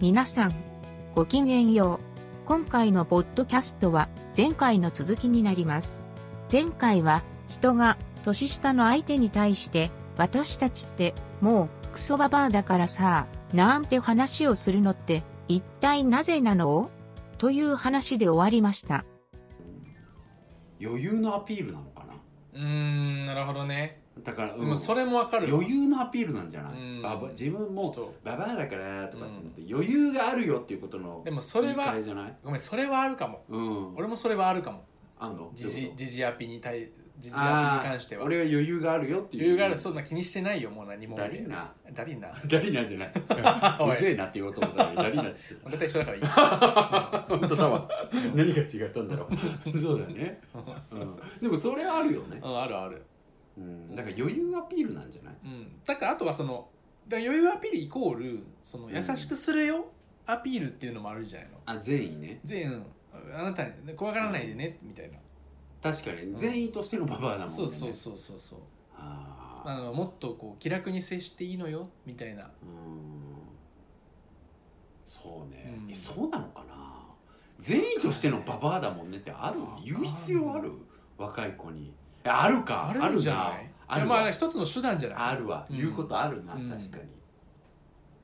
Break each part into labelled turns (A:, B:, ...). A: 皆さん、ごきげんよう。今回のポッドキャストは前回の続きになります。前回は人が年下の相手に対して私たちってもうクソババアだからさ、なんて話をするのって一体なぜなのという話で終わりました。
B: 余裕のアピールなのかな
C: うーんなるほどね、
B: だから、
C: でもそれもわかる
B: 余裕のアピールなんじゃない、
C: うん
B: ババ自分
C: ちょっ
B: も
C: と
B: ババアだからとかって思って、余裕があるよっていうことの
C: でもそ
B: 言
C: れ
B: い
C: は
B: 換えじゃない
C: ごめんそれはあるかも
B: うん
C: 俺もそれはあるかも
B: あんの
C: ジジ
B: ってこ
C: ジジアピに対ジジ
B: と
C: ア
B: あ
C: ピに関して
B: ー
C: は
B: 俺は余裕があるよっていう
C: 余裕があるそんな気にしてないよもう何も
B: ダリーナ
C: ダリーナ
B: ダリーナじゃない
C: おいう
B: ぜえなって言おうと思ったのにダリーナって言ってた
C: 絶対一緒だか らいい
B: 本当だわ何が違ったんだろうそうだね、うん、でもそれはあるよね
C: う、んあるある
B: うん、だから余裕アピールなんじゃない
C: うんだからあとはそのだから余裕アピールイコールその
B: ん
C: 優しくするよアピールっていうのもあるんじゃないの
B: あ善意ね
C: 全員あなたに怖がらないでねみたいな
B: 確かに善意としてのババアだもんね
C: そうそうそうそうそう
B: あー
C: あのもっとこう気楽に接していいのよみたいな
B: うーんそうね、
C: うん
B: えそうなのかな善意としてのババアだもんねってある
C: あ
B: 言う必要ある若い子にえあるか
C: あ
B: あ
C: るん
B: る
C: じゃ
B: な
C: ない
B: あ
C: いや
B: る
C: まあ
B: わ
C: 一つの手段じゃない
B: あるわ、
C: うん
B: 言うことあるな、
C: うん
B: 確かに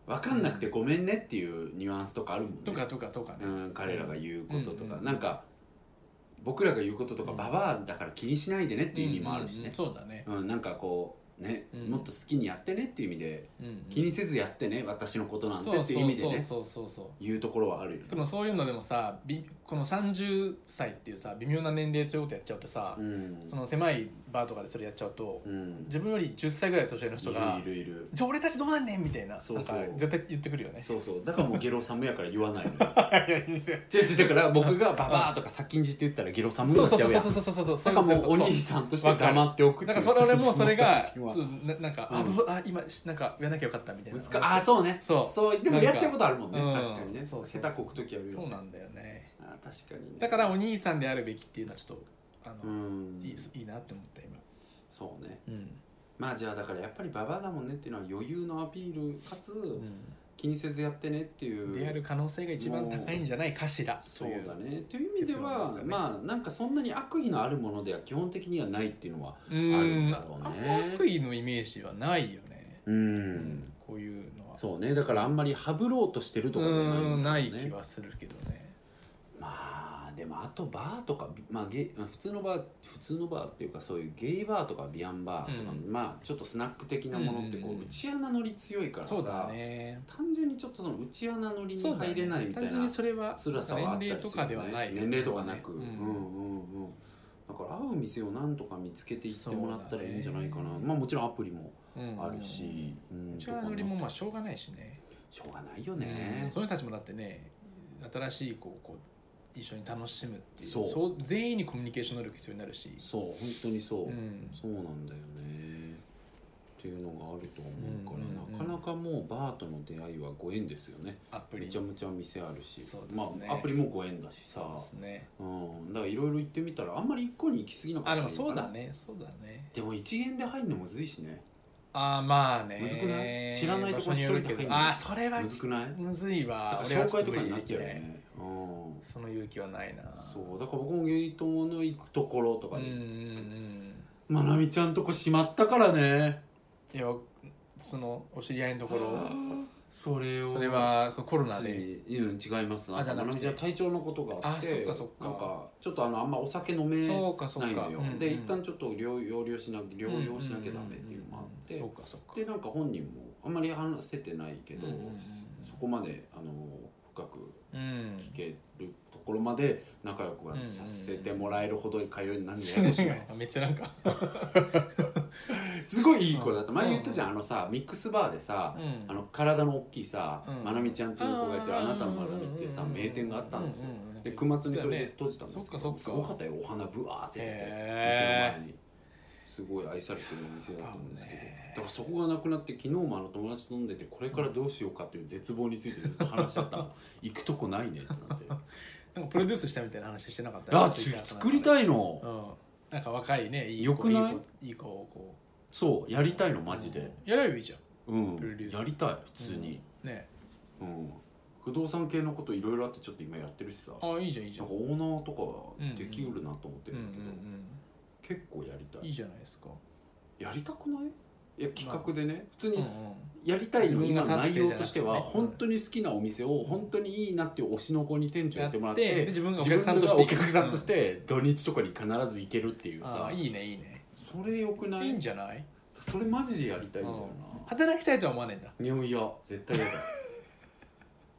B: 分かんなくてごめんねっていうニュアンスとかあるもんね
C: とかとかとかね、
B: うん、彼らが言うこととか、
C: うんうん
B: なんか僕らが言うこととか、
C: うん
B: ババアだから気にしないでねっていう意味もあるし
C: うんうんう
B: ね
C: ん、そうだね、
B: うんなんかこうね、
C: うん
B: もっと好きにやってねっていう意味で
C: うんうん
B: 気にせずやってね私のことなんて
C: そう
B: っていう意
C: そ
B: 味で
C: うそう
B: ね
C: そうそうそう
B: 言うところはあるよね
C: でもそういうのでもさびこの30歳っていうさ微妙な年齢でそういうことやっちゃうとさ、
B: うん
C: その狭いバーとかでそれやっちゃうと、
B: うん
C: 自分より10歳ぐらい年上の
B: いる
C: 人が
B: いるいる
C: じゃあ俺たちどうなんねん」みたいな
B: そうそう
C: なんか絶対言ってくるよね。
B: そうそうだからもうゲロ寒やから言わないのよ
C: いやいいですよ
B: 違う違うだから僕がババアとか先んじって言ったらゲロ寒に
C: そ
B: な
C: う
B: っち
C: そ
B: ゃ
C: うそうう
B: やん
C: そうそうそうそうそ
B: だ
C: う
B: からもうお
C: そう
B: 兄さんとして黙っておくって
C: なん
B: いう
C: かそれ俺もそれが
B: 最
C: ち
B: 近
C: ょ
B: は
C: っとななんか、あ
B: うん
C: どうあ今なんか言わなきゃよかったみたいな
B: 難かあそうね
C: そう
B: そうでも
C: なんか
B: やっちゃうことあるもんね
C: うん
B: 確かにね
C: そうそうそ
B: 下
C: う
B: 手こく時は言うよ
C: そう
B: ね
C: なんだよね
B: あ確かにね
C: だからお兄さんであるべきっていうのはちょっとあ
B: う
C: の、
B: ん
C: いいいいなって思った今、
B: そうね
C: うん
B: まあじゃあだからやっぱりババアだもんねっていうのは余裕のアピールかつ気にせずやってねっていう
C: である可能性が一番高いんじゃないかしら
B: そ
C: と
B: う
C: いう
B: だねという意味では
C: 結論ですかね
B: まあなんかそんなに悪意のあるものでは基本的にはないっていうのは
C: うーん
B: あるんだろうね
C: あんま悪意のイメージはないよね、
B: うん、
C: うこういうのは
B: そうねだからあんまりはぶろうとしてるとかではない
C: ーん
B: んだ
C: な
B: ろ
C: いう
B: ね
C: 気はするけどね
B: まあでもあとバーとか、まあ、ゲイまあ普通のバー普通のバーっていうかそういうゲイバーとかビアンバーとか、
C: う
B: まあちょっとスナック的なものってこ
C: うんうん
B: う
C: うん
B: 内穴乗り強いからさ、
C: そうだね
B: 単純にちょっとその内穴乗りに
C: そうだね
B: 入れないみたい
C: 単
B: な
C: 純にそれは
B: 辛さはあった
C: 年
B: り
C: 齢
B: す
C: と
B: る
C: か
B: よね
C: ではないよね
B: 年齢とかなく、
C: う
B: うんん、うんうんうんだから合う店をなんとか見つけていってもらったらいいんじゃないかな、
C: そうだね
B: まあもちろんアプリも
C: うん
B: あるし、うん
C: うちは乗りもまあしょうがないしね
B: しょうがないよね、
C: その人たちもだってね新しい子をこう一緒に楽しむっていう
B: そう
C: 全員にコミュニケーション能力必要になるし
B: そう本当にそう、
C: うん
B: そうなんだよねっていうのがあると思うから、
C: うんうんうん
B: なかなかもうバーとの出会いはご縁ですよね
C: アプリ
B: めちゃめちゃ店あるし、
C: そうですね
B: まあアプリもご縁だしさ
C: そうですね
B: うん、だからいろいろ行ってみたらあんまり一個に行き過ぎなかった
C: あでも
B: り
C: そうだねそうだね
B: でも一元で入るのむずいしね
C: あーまあね
B: むずくない知らないとこに一人で入るの
C: 場所によるけどあーそれは
B: むずくない
C: むずい
B: だ
C: わ
B: から
C: 俺は
B: 紹
C: ちょ
B: 介
C: っ
B: とかになっちゃうよ
C: 無理でき
B: ねうん
C: その勇気はないな
B: そうだから僕もゲートの行くところとか
C: うんうんう
B: で
C: ん
B: 「まなみちゃんとこ閉まったからね
C: いやそのお知り合いの」ところ
B: それを
C: それはコロナ
B: つ
C: で
B: いうん違います
C: あじゃ
B: な
C: なん
B: か
C: くて
B: ちゃん体調のことがあって
C: あそっかそっか
B: なんかちょっとあのあんまお酒飲めな
C: そうかそうか
B: いのよ
C: うんうん
B: で一旦ちょっと療療養しな療養しなきゃダメっていうのもあって
C: うんうんうんうんそうかそう
B: で
C: か
B: なんか本人もあんまり話せてないけど
C: うんうんうんうん
B: そこまであの深く
C: うん
B: 聞けるところまで仲良くは
C: うんうんうん
B: させてもらえるほど通いになんでややこしいの
C: めっちゃなんか
B: すごいいい子だった前
C: うん
B: 言ったじゃんあのさミックスバーでさ
C: うん
B: あの体の大きいさ
C: うん
B: まなみちゃんという子がいてるあなたのまなみっていうさ
C: うんうんうんうん
B: 名店があったんですよ
C: うんうんうん
B: で熊津にそれで閉じたんです
C: そ
B: け
C: うだ
B: ど
C: ね
B: す
C: そっかそっ
B: ご
C: か
B: かったよお花ぶわーって出て
C: へ
B: 店の前にすごい愛されてるお店だったんですけど
C: 多分ね
B: だからそこがなくなって昨日もあの友達と飲んでてこれからどうしようかっていう絶望についてずっと話し合った の行くとこないねってなって
C: なんかプロデュースしたみたいな話してなかった
B: あつ作りたいの
C: うんなんか若いねいい子
B: よくない
C: い子いい子をこ
B: そうやりたいの
C: う
B: マジで
C: やればいいじゃん
B: うん
C: プロデュース
B: やりたい普通に
C: ね
B: うん不動産系のこといろいろあってちょっと今やってるしさなんか
C: あいいじゃんいいじゃん
B: オーナーとかできうるなと思って
C: うん
B: る
C: うん
B: だけど、結構やりた
C: うん、
B: い
C: いいじゃないですか、
B: やりたくないいや企画でね、普通
C: うんう
B: に
C: ん、
B: やりたい
C: 自
B: の
C: 分が
B: 今
C: 立って
B: 内
C: じゃなくてね
B: 容としては本当に好きなお店を本当にいいなっていう推しの子に店長やってもらって
C: で自分がお
B: 自
C: 客
B: 分
C: さ
B: さん
C: ん
B: と
C: とし
B: してて
C: 行
B: お
C: く
B: 客さんとして土日とかに必ず行けるっていううんさ
C: あいいねいいね
B: それよくない
C: いいんじゃない
B: それマジでやりたいんだよ
C: 働きたいとは思わないんだ
B: な、いやいや絶対やだ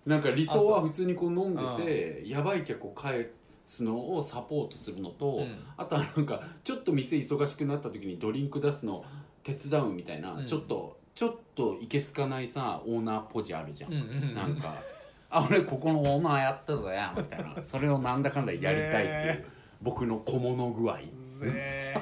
B: なんか理想は普通にこう飲んでてやばい客を返すのをサポートするのと、
C: うん
B: あとはなんかちょっと店忙しくなった時にドリンク出すの手伝うみたいな、
C: うん
B: ちょっとちょっといけすかないさオーナーポジあるじゃん、
C: うんうんうん
B: なんか「あ俺ここのオーナーやったぞや」みたい なそれをなんだかんだやりたいっていう、
C: ね
B: 僕の小物具合
C: ぜ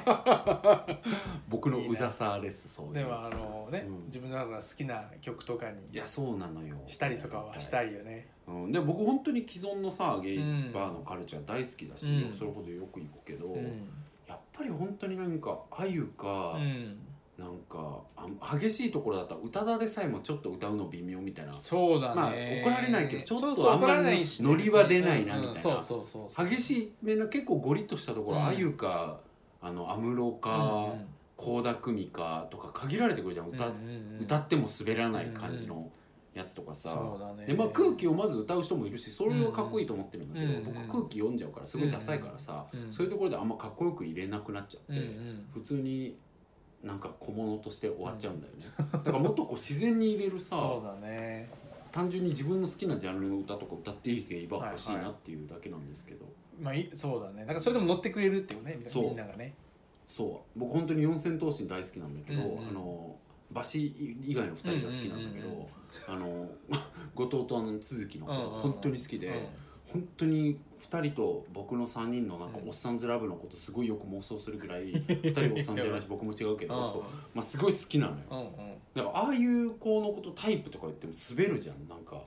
B: 僕のうざさですそうい
C: ー
B: う
C: でもあのね、
B: うん
C: 自分の中が好きな曲とかに
B: いやそうなのよ
C: したりとかはしたいよね
B: うん、で僕本当に既存のさゲイバーのカルチャー大好きだし、
C: うん
B: それほどよく行くけど、
C: うん
B: やっぱり本当になんかあゆか
C: う、ん
B: なんかあ激しいところだったら宇多田でさえもちょっと歌うの微妙みたいな
C: そうだ
B: まあ
C: ね、
B: 怒られないけどちょっと
C: そうそう
B: あんまり
C: 怒られないしね
B: ノリは出ないな
C: うんうん
B: みたいな
C: そうそうそう
B: 激しめな結構ゴリッとしたところ、
C: うん
B: あゆかあの安室か
C: うんうん
B: 倖、田來未かとか限られてくるじゃん歌,、
C: うんうんうん
B: 歌っても滑らない感じのやつとかさ、
C: そうだね
B: でまあ、空気をまず歌う人もいるしそれはかっこいいと思ってるんだけど、
C: うん
B: 僕空気読んじゃうからすごいダサいからさ、
C: うん
B: そういうところであんまかっこよく入れなくなっちゃって、
C: うんうん
B: 普通になんか小物として終わっちゃうんだよね、だからもっとこう自然に入れるさ
C: そうだね
B: 単純に自分の好きなジャンルの歌とか歌っていいけば欲しいなっていうだけなんですけど、
C: まあいそうだねだからそれでも乗ってくれるっていうねみんな
B: そう
C: みんながね
B: そう僕本当に四千頭身大好きなんだけど、
C: うんうん
B: あの馬氏以外の二人が好きなんだけど、
C: うんうんうんうん
B: あの 後藤とあの都築のこと
C: うんうんうん
B: 本当に好きで。本当に2人と僕の3人のなんか
C: うん
B: おっさんずラブのことすごいよく妄想するぐら い2人おっさんじゃないし僕も違うけ
C: うん
B: どまあすごい好きなのよ
C: うんうん
B: だからああいう子のことタイプとか言っても滑るじゃんなんか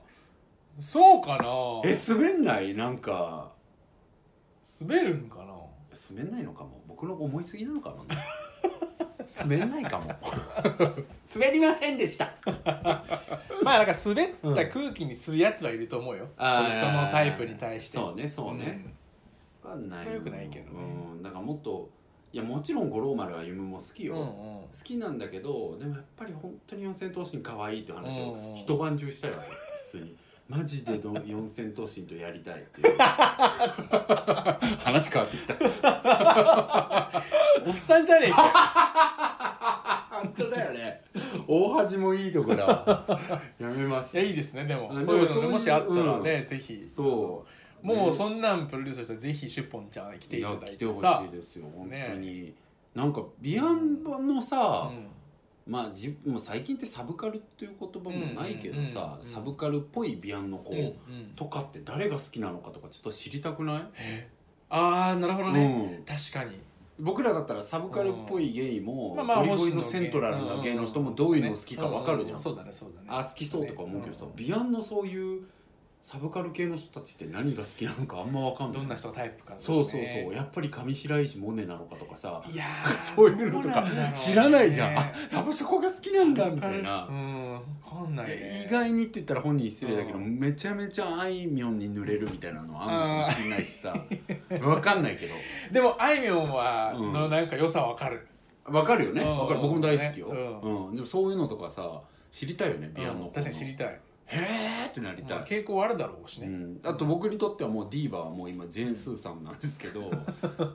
C: そうかな
B: え滑んないなんか
C: 滑るんかな
B: 滑んないのかも僕の思いすぎなのかもね滑んない かも滑りませんでした
C: まあなんか滑った空気にするやつはいると思うよ、その人のタイプに対して
B: そうねそうね、わかんない
C: それは良くないけどね
B: うんだからもっといやもちろん五郎丸歩夢も好き
C: う
B: よ、
C: ん、うんうん
B: 好きなんだけどでもやっぱり本当に四千頭身可愛いって話
C: うんう
B: を
C: ん
B: 一晩中したよ普通にマジで ど四千頭身とやりたいっていう話変わってきた
C: おっさんじゃねえか
B: 本当だよね大恥もいいとこだわやめま
C: い
B: す
C: やいいですねでも
B: あでも
C: そういう
B: そうい
C: の
B: う
C: ねもしあったらね、ぜひ
B: そう
C: もう
B: ね
C: そんなんプロデュースしたらぜひシュポンちゃん来ていただい
B: や
C: て
B: 来てほ
C: さ
B: しいですよ本
C: ね
B: 当に、なんかビアンバの
C: う
B: さ、
C: ん
B: まあじもう最近ってサブカルっていう言葉もないけどさ、
C: うんうんうんうん
B: サブカルっぽいビアンの子、
C: うんうん
B: とかって誰が好きなのかとかちょっと知りたくない、
C: ああなるほど
B: う
C: ね、
B: ん、
C: 確かに
B: 僕らだったらサブカルっぽいゲイも
C: まあまあ
B: ゴリゴリ
C: 星野
B: のセントラルなゲイの人もどういうの好きか分かるじゃん
C: うううそうだねそうだね
B: あ好きそうとか思うけどさ
C: ん
B: ビアンのそういうサブカル系の人たちって何が好きなのかあんま分かんない
C: どんな人がタイプかとかね
B: そうそうそうやっぱり上白石萌音なのかとかさ
C: いやー
B: そういうのとか
C: どうなんだろうね
B: 知らないじゃん あやっぱそこが好きなんだみたいな
C: う。んわかんないね
B: 意外にって言ったら本人失礼だけど、
C: うん
B: めちゃめちゃあいみょんに濡れるみたいなのあんのかもしれないしさ分かんないけど
C: でもあいみょんは
B: うん
C: のなんか良さわかる
B: わかるよね
C: うん
B: わかる僕も大好きよ、
C: ねう
B: うんでもそういうのとかさ知りたいよねビアンの
C: うん確かに知り
B: へ
C: たい
B: えってなりたい、
C: まあ傾向はあるだろうし
B: う
C: ね
B: ん、あと僕にとってはもうディーバはもう今ジェーン・スーさんなんですけ ど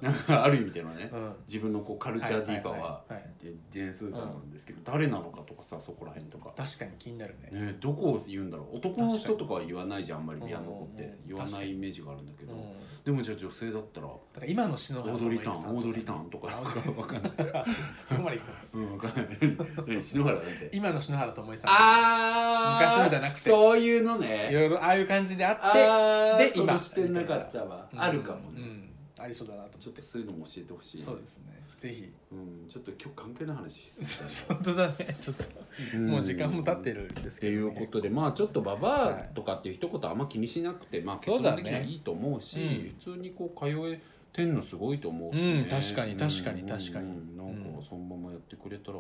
B: なんかある意味でのね
C: うん
B: 自分のこうカルチャーディーバはい
C: いいい
B: でジェーン・スーさんなんですけど、誰なのかとかさそこら辺とか、
C: 確かに気になるね
B: ね、どこを言うんだろう男の人とかは言わないじゃんあんまり
C: うん
B: ビアンの子って言わ
C: 確
B: な
C: か
B: い
C: に
B: イメージがあるんだけ
C: う
B: ど、
C: ん
B: でもじゃあ女性だったらオ
C: だから今の篠原
B: ー
C: と
B: ド
C: も
B: リ
C: い
B: ターンオードリターンとかなんか わかんない、
C: そこまでいく
B: うん、わかんない何篠原だ って
C: 今の篠原ともえさん
B: あー
C: 昔のじゃなくて
B: そういうの
C: い
B: ね
C: ろいろああいう感じであって
B: あ
C: で
B: で今
C: 今
B: してなかったわ
C: うん
B: あるかも
C: う
B: ね
C: んありそうだなと
B: ち
C: 思
B: ょっ
C: って
B: とそういうのも教えてほしいね
C: そうですねぜひ
B: うんちょっと今日関係ない話しす
C: 本当だねちょっと
B: ぎた
C: もう時間も経っ
B: る
C: てるんです
B: って
C: け
B: い
C: どね
B: うことでまあちょっとババアとかっていう一言あんま気にしなくてまあ結
C: そう
B: 論
C: だね
B: 的にはいいと思うし
C: うん
B: 普通にこう通えてんのすごいと思うしね
C: うん確かに確かに
B: うん
C: 確かに
B: うんなんか
C: うん
B: そのままやってくれたら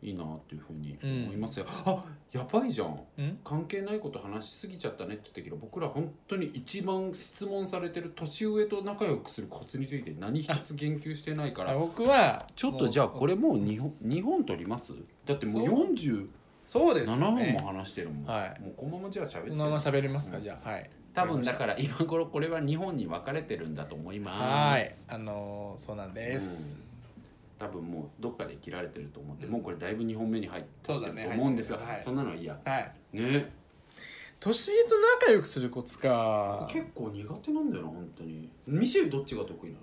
B: いいなっていうふうに思いますよ、あやばいじゃん
C: うん
B: 関係ないこと話しすぎちゃったねって言ったけど僕ら本当に一番質問されてる年上と仲良くするコツについて何一つ言及してないから
C: 僕は
B: ちょっとじゃあこ
C: れ
B: れもう日本日本取りますだってもう
C: そう
B: 47
C: そうです
B: 分も
C: ね
B: 話してるもん、
C: はい
B: もうこのままじゃあ喋っ
C: こ
B: ちゃ
C: の
B: う
C: まま喋ります
B: う
C: か
B: ん
C: じゃあはい
B: 多分だから今頃これは日本に分かれてるんだと思います
C: はいあのーそうなんです
B: うん多分もうどっかで切られてると思って、
C: うん
B: もうこれだいぶ2本目に入って
C: そう
B: る
C: だね
B: と思うんですがそ,、
C: 入ってるはい
B: んなのはいいや
C: はい
B: ね
C: 年上と仲良くするコツか
B: 結構苦手なんだよな本当にミシェルどっちが得意なの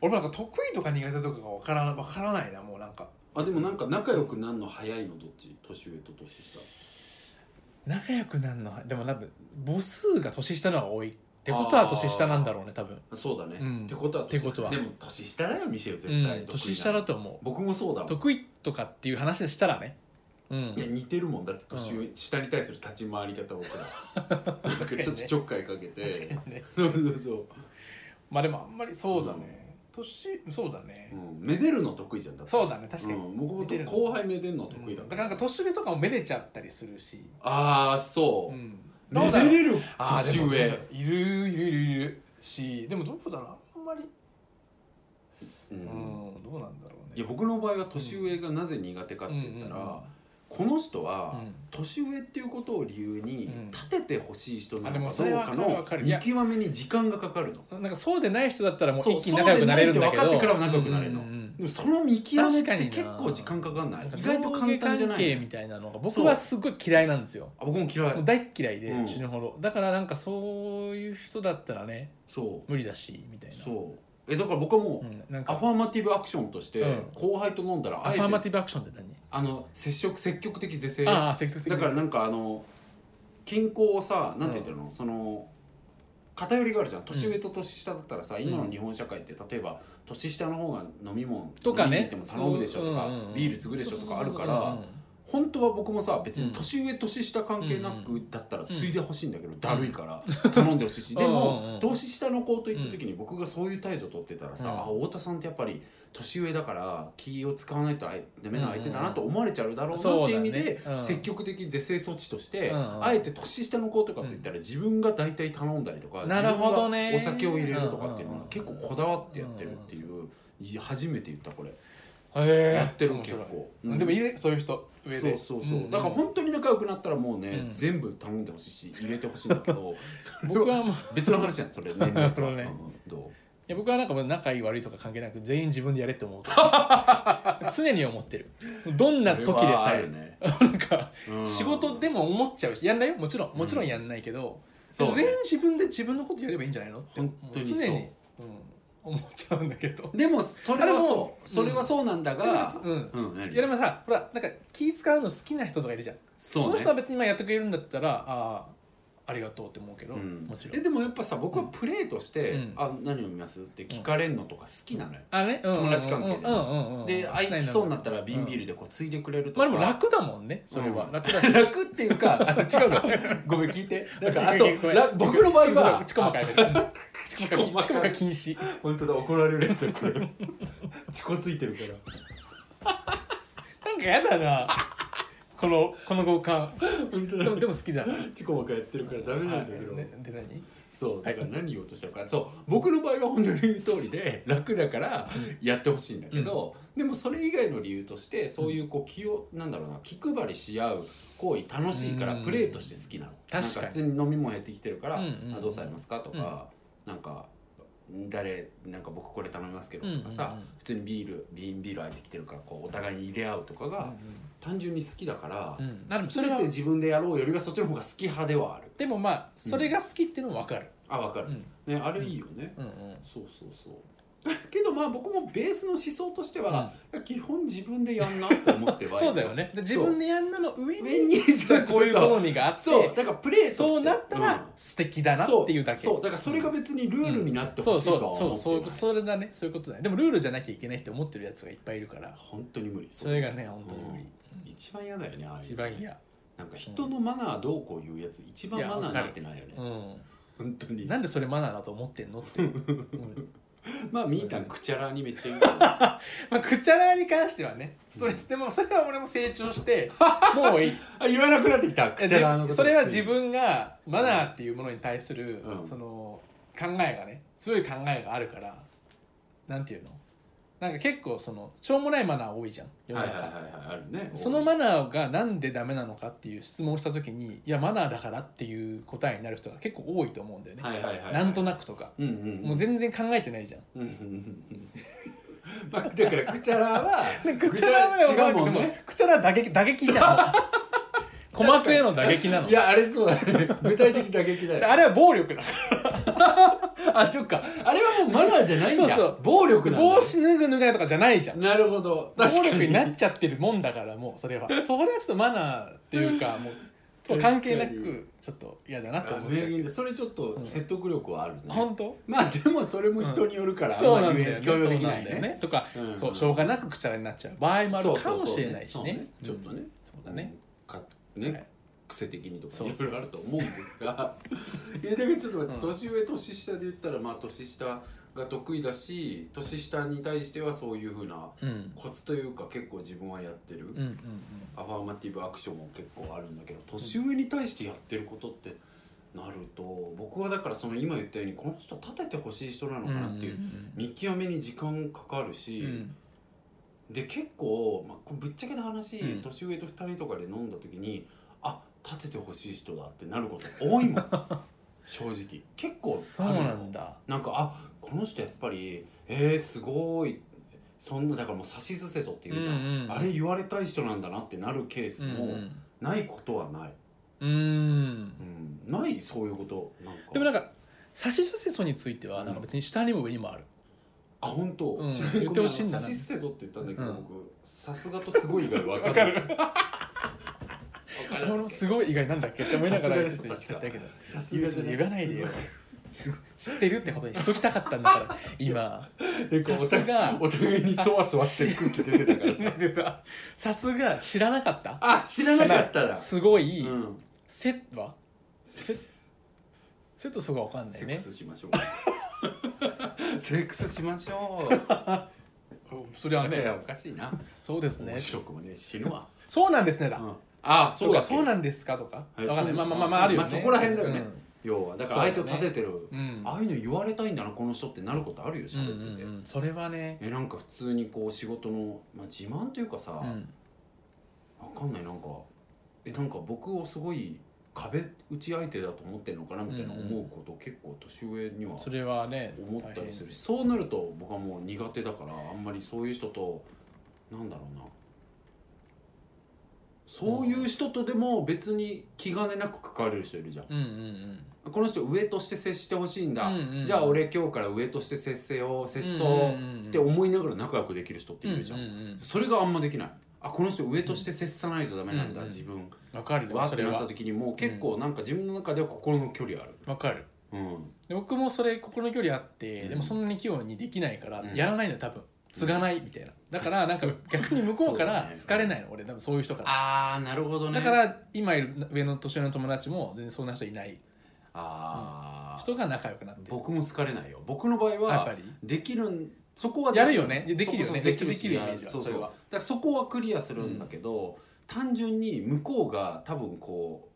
C: 俺もなんか得意とか苦手とかがわからわからないなもうなんか
B: あでもなんか仲良くなんの早いのどっち年上と年下
C: 仲良くなるのはでも多分母数が年下の方が多いってことは年下なんだろうね多分
B: あそうだね、
C: うん
B: ってことは
C: ってことは
B: でも年下だよミシェル絶対、
C: う
B: 得意なん
C: 年下だと思
B: 僕もそうだも
C: う
B: ん
C: 得意とかっていう話でしたらねうん
B: いや似てるもんだって年上、下に対する立ち回り方僕ら なんか
C: 確かにね
B: ちょっとちょっかいかけて
C: 確かにね
B: そうそうそう、
C: まあでもあんまりそうだね、年そうだね、
B: うん、めでるの得意じゃんだって
C: そうだね確かに、
B: うん、僕も
C: めでるの
B: 後輩めでるの得意だ
C: う
B: もん、
C: んだからなんか年上とかもめでちゃったりするし、
B: ああそうう、
C: ん、
B: め
C: ろ
B: で
C: う
B: れる
C: あ
B: 年
C: ーでもどうだろ
B: 上
C: ういるいるいるいるしでもどうだろうあんまり
B: うん
C: うん、どうなんだろうね
B: いや僕の場合は年上がなぜ苦手かって言ったら、この人は、年上っていうことを理由に
C: うん
B: 立ててほしい人なの
C: あでも
B: か
C: そ
B: ど
C: れ
B: う
C: は
B: か
C: わ
B: の
C: かるい
B: 見
C: や
B: 極めに時間がかかるの。
C: うんなんかそうでない人だったらもう
B: そう
C: 一気に仲良くなれるんだけど
B: そうでないって分かってからは仲良くなれるの
C: うんうんうん
B: でもその見極めっ
C: 確か
B: て
C: にな
B: 結構時間かかんない
C: なんか
B: 意外と簡単じゃな
C: 上下関係
B: い
C: みたいなのが僕
B: そう
C: はすごい嫌いなんですよ
B: あ僕も嫌
C: もう
B: い
C: 大っ嫌いで
B: うん
C: 死ぬほど、だからなんかそういう人だったらね
B: そう
C: 無理だしみたいな
B: そうえだから僕はもう、
C: うん、なん
B: ア
C: か
B: ファーマティブアクションとして、
C: うん
B: 後輩と飲んだら
C: ア
B: あえ
C: ファーマ
B: て
C: ティブアクションって何
B: あの接触積極的是正だ
C: ああ積極的
B: からなんんかあの均衡をさなんて言ったらいいの、その偏りがあるじゃん年上と年下だったらさ、今の日本社会って例えば年下の方が飲み物
C: とか
B: 飲みに行
C: ね
B: っても頼むでしょとか、
C: そううんうんうん
B: ビール継ぐでしょとかあるから。
C: そうそうそうそう
B: 本当は僕もさ別
C: う
B: に
C: ん
B: 年上年下関係な
C: うんう
B: く
C: ん
B: だったら継いでほしいんだけど、だるいから頼んでほしいしで
C: うんうんう
B: も
C: ん
B: 年下の子と行った時に僕がそういう態度取ってたらさ、
C: うん
B: あ太田さんってやっぱり年上だから気を使わないとあいダメな相手だなと思われちゃうだろうなっていう意味で、
C: そうだねうん
B: 積極的是正措置として、
C: うんうん
B: あえて年下の子とかと言ったら自分が大体頼んだりとか
C: なるほどね
B: 自分がお酒を入れるとかっていうの
C: う
B: は
C: んうんうん
B: 結構こだわってやってるっていう、い初めて言ったこれ、
C: うんへえ
B: やってるもん結
C: 面白い
B: 構。
C: うんでもいるそういう人上
B: そう
C: で
B: そうそう、
C: んん
B: だから本当に仲良くなったらもうね、
C: うん
B: 全部頼んでほしいし入れてほしいんだけど
C: 僕はもうい
B: 別の話じゃんそれ年齢とか、
C: なる
B: うんど
C: や僕はなんかもう仲いい悪いとか関係なく全員自分でや れって思う常に思ってる
B: う
C: ど
B: ん
C: な時でさえ、
B: ね、
C: なんか
B: うん
C: 仕事でも思っちゃうしやんないよもちろんもちろんやんないけど、
B: そう
C: 全
B: ね
C: 員自分で自分のことやればいいんじゃないのって
B: 本当にそう
C: 常に、うん、思っちゃうんだけど
B: でもそれ
C: あれ
B: は
C: も
B: そうそれ
C: う
B: は
C: ん
B: そうなんだが、
C: でもうん
B: うん何
C: いやでもさほらなんか気使うの好きな人とかいるじゃんそ,、
B: そう
C: の
B: ね
C: 人は別に今やってくれるんだったらああありがとうって思うけど、
B: うん
C: もちろ
B: え
C: ん
B: でもやっぱさ僕はプレーとして「
C: うん
B: あ何飲みます?」って聞かれるのとか好きなのよ、
C: あね、うんうんうん
B: 友達関係で
C: うんうんうん、
B: で相きそうになったら瓶ビー
C: ル
B: ルでこうついでくれると
C: ま
B: か、
C: あでも楽だもんねそれは、
B: うん
C: 楽 だ
B: 楽っていうかあの違う のごめん聞いてなんかあそう
C: ごめん
B: ら僕の場合は
C: ちこまかやめてちこまか
B: ちこまか
C: 禁止
B: 本当だ怒られるやつだこ れチコついてるから
C: なんかやだなこのこの五感
B: 本当
C: でもでも好きだ
B: チコばっかやってるからダメなんだけど、
C: ねで何
B: そうだから何言おうとしたのか、そう僕の場合は本当に言う通りで楽だからやってほしいんだけど、でもそれ以外の理由としてそういうこう気をなんだろうな気配りし合う行為楽しいから
C: うん
B: プレーとして好きなの
C: 確か
B: な
C: に
B: ん普通に飲みも減ってきてるから「
C: うんうんうん
B: あどうされますか?」とか、なんか誰なんか僕これ頼みますけどとかさ、
C: うんうんうん
B: 普通にビール瓶ビール空いてきてるからこうお互いに入れ合うとかが
C: う
B: 単純に好きだから、
C: んうん、なるほどそれ
B: 全
C: は
B: て自分でやろうよりはそっちの方が好き派ではある
C: でもまあそれが好きっていうのも分かる、
B: あわか
C: う
B: る、
C: ん
B: ねあれいいよね、
C: うんうん、
B: そうそうそう けどまあ僕もベースの思想としては、基本自分でやんなって思っては
C: そうだよねで自分でやんなの上に
B: 上にそう
C: こういう好みがあって
B: そうだからプレーとして
C: そうなった
B: うん
C: ら素敵だなっていうだけ
B: そうそうだからそれが別にルールになって
C: そ
B: ほ
C: う
B: しい
C: そう
B: とは思
C: そう
B: ってない、
C: そうそれだねそういうことだねでもルールじゃなきゃいけないって思ってるやつがいっぱいいるから
B: 本当に無理
C: それがね本当に無理
B: うん一番嫌だよねああいう
C: 一番嫌
B: なんか人のマナーどうこういうやつ一番
C: いや
B: マナーになってないよね
C: うん
B: 本当に
C: なんでそれマナーだと思ってんのって、うん
B: まあみーたんくちゃらにめっちゃ言う からね
C: まあ、くちゃらに関してはねそれでもそれは俺も成長してもういい
B: あ言わなくなってきたくちゃらのこと
C: それは自分がマナーっていうものに対する、
B: うん
C: その考えがね強い考えがあるからなんていうのなんか結構そのしょうもないマナー多いじゃん世の
B: はいは
C: 中、
B: いはいはいあるね
C: そのマナーがなんでダメなのかっていう質問をした時にいやマナーだからっていう答えになる人が結構多いと思うんだよね、
B: はいはいはい
C: なんと
B: な
C: なくとか、
B: うんうん
C: もう全然考え てないじゃん
B: うんうんうんうん まあだからくちゃらは
C: くちゃらまで
B: 違うもんね
C: くちゃら打撃打撃じゃん鼓膜への打撃なの
B: いやあれそうだね具体的打撃 だよ
C: あれは 暴力だ
B: あそっかあれはもうマナーじゃないんだ
C: そうそう
B: 暴力なんだ
C: 帽子脱ぐ脱がないとかじゃないじゃん
B: なるほど
C: 暴
B: 確か
C: 力
B: に
C: になっちゃってるもんだからもうそれはそれはちょっとマナーっていうかもう関係な
B: 確かに
C: くちょっと嫌だなって
B: あ
C: 思っ
B: 名
C: ちゃうけ
B: 言
C: ど
B: でそれちょっと説得力はあるね、
C: 本当
B: まあでもそれも人によるから、
C: そう
B: あ
C: なんん
B: ま
C: だ
B: り
C: よ
B: 言え許
C: ね
B: 容できないね
C: そうなんだよとか、
B: うんうん
C: そうしょうがなくくちゃらになっちゃう場合もあるかもしれない
B: そうそうそ
C: しね
B: うねちょっとね、
C: そうだね
B: か
C: う
B: ね、
C: んはい
B: 癖的にとか
C: そう
B: い
C: そうそう
B: ろいろあると思うんです がいやだけどちょっと待って、
C: うん
B: 年上年下で言ったらまあ年下が得意だし年下に対してはそういうふうな
C: うん
B: コツというか結構自分はやってる、
C: うんうんうん
B: アファーマティブアクションも結構あるんだけど年上に対してやってることってなると僕はだからその今言ったようにこの人立ててほしい人なのかなっていう、見極めに時間かかるし、
C: うん
B: で結構、まあ、これぶっちゃけた話、
C: うん
B: 年上と2人とかで飲んだ時にあ立ててほしい人だってなること多いも ん正直結構
C: そうなんだ
B: なんかあこの人やっぱりえー、すごいそんなだからもう指図せぞって言うじゃん、
C: うんうん
B: あれ言われたい人なんだなってなるケースもないことはない、
C: うんうん
B: うんないそういうことなんか
C: でもなんか指しすせそについてはなんか別に下にも上にもある
B: あ本当、
C: うん
B: ちなみに
C: 言ってほしいんだな
B: ごめ指図せぞって言ったんだけど、
C: うん
B: 僕さすがとすごい以外わかんないわか
C: 俺もすごい意外なんだっけって思いながらちょっと言っちゃったけど
B: さす
C: 言
B: が
C: う
B: じゃない
C: 言わないでよ知ってるってことにしときたかったんだから今
B: なんかお
C: さすが
B: 互いお互いにそわそわしてる空気出てたから さ
C: さすが知らなかった
B: あ知らなかっただ、
C: すご
B: う
C: い、
B: ん、
C: セはセセとそがわかんない
B: セッ
C: ね
B: クスしましょう セックスしましょう
C: それはい
B: や
C: ね
B: おかしいな
C: そうですね
B: 面白くもね死ぬわ、
C: そうなんですねだ、
B: あそうだっけ
C: そうなんですかとか、
B: はい
C: わかんない
B: そうだ
C: まあまあまあまああるよね、
B: まあそこら辺だよね要はだから相手を
C: そうだね
B: 立ててる、
C: うん、うん
B: ああいうの言われたいんだなこの人ってなることあるよ
C: うんう
B: 喋ってて、
C: んうんそれはね、
B: えなんか普通にこう仕事の、まあ、自慢というかさ、
C: う
B: わ
C: ん、
B: かんないなんかえなんか僕をすごい壁打ち相手だと思ってるのかなみたいな
C: うんうん
B: 思うこと、結構年上には
C: それはね
B: 思ったりするし
C: 大
B: そうなると僕はもう苦手だからあんまりそういう人となんだろうなそういう人とでも別に気兼ねなく関われる人いるじゃん、
C: 変うんうん
B: この人上として接してほしいんだ、
C: うんうんうん
B: じゃあ俺今日から上として接せよう接そう、
C: ん
B: って思いながら仲良くできる人っているじゃん、
C: うんうんうん
B: それがあんまできないあこの人上として接さないとダメなんだ、
C: うん
B: 自分
C: わかるよ
B: わっ
C: そ
B: て
C: れ
B: なっ
C: は
B: た時にもう結構なんか自分の中では心の距離ある、
C: わかる
B: うん、
C: で僕もそれ心の距離あって、
B: うん
C: でもそんなに器用にできないから、
B: うん
C: やらないのよ多分継がないみたいなだからなんか逆に向こうか
B: そうだ
C: ら
B: ね
C: 好かれないの、俺多分そういう人から
B: ああなるほどね
C: だから今いる上の年上の友達も全然そんな人いない
B: ああ、
C: 人が仲良くなってる
B: 僕も好かれないよ僕の場合
C: やっぱ
B: は
C: り
B: できるんそこは
C: やるよねできる
B: そ
C: よね
B: うそうできる
C: めっちゃできるイメージは
B: そうそう
C: それは
B: だからそこはクリアするんだけど、単純に向こうが多分こ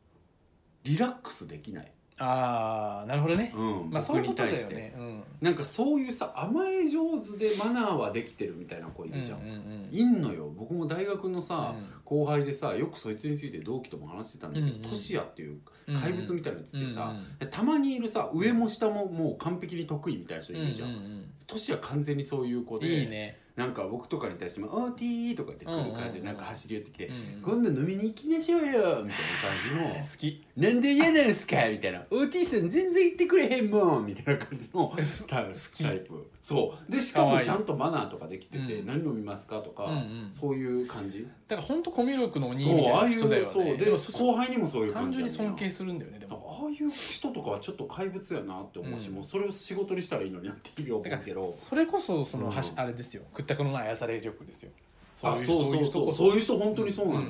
B: うリラックスできない、
C: ああなるほどね、
B: うん
C: まあそういうことだ
B: 僕
C: よ
B: に対して
C: ねうん
B: なんかそういうさ甘え上手でマナーはできてるみたいな子いるじゃん、
C: うんうんうん
B: いんのよ僕も大学のさ、
C: うん
B: 後輩でさよくそいつについて同期とも話してたんだけど、
C: うんうん
B: トシヤっていう怪物みたいなやつでさ、
C: うんうん
B: たまにいるさ上も下ももう完璧に得意みたいな人いるじゃん、
C: うんうん
B: トシヤ完全にそういう子
C: うん
B: で
C: いいね、
B: なんか僕とかに対しても「おーティー」とかって来る感じで
C: うんうんうん
B: なんか走り寄ってきて
C: う
B: 「
C: ん
B: 今度飲みに行きましょうよ」みたいな感じの
C: 好き
B: 「なんで嫌なんすか?」みたいな「おーティーさん全然行ってくれへんもん」みたいな感じの
C: す
B: タイ
C: 好き
B: タイプそうでしか
C: か
B: も
C: わいい
B: ちゃんとマナーとかできてて「
C: うん
B: 何飲みますか?」とか、
C: うんうん
B: そういう感じ
C: だから本当コミュ力の鬼み
B: そ
C: た
B: うああ
C: い
B: い
C: な
B: う
C: 人
B: そう
C: だよね
B: で
C: も
B: 後輩にもそういう
C: 単
B: 感じ
C: 純
B: や
C: に
B: ねん
C: 尊敬するんだよねで
B: なんか
C: も
B: ああいう人とかはちょっと怪物やなって思うし、
C: うん
B: もうそれを仕事にしたらいいのになって日々思うけど
C: それこそそ
B: う
C: の、
B: ん
C: はしあれですよ屈託のない愛され力ですよ
B: あそうそうそうそう
C: こ
B: いう人本当にそうなのよ、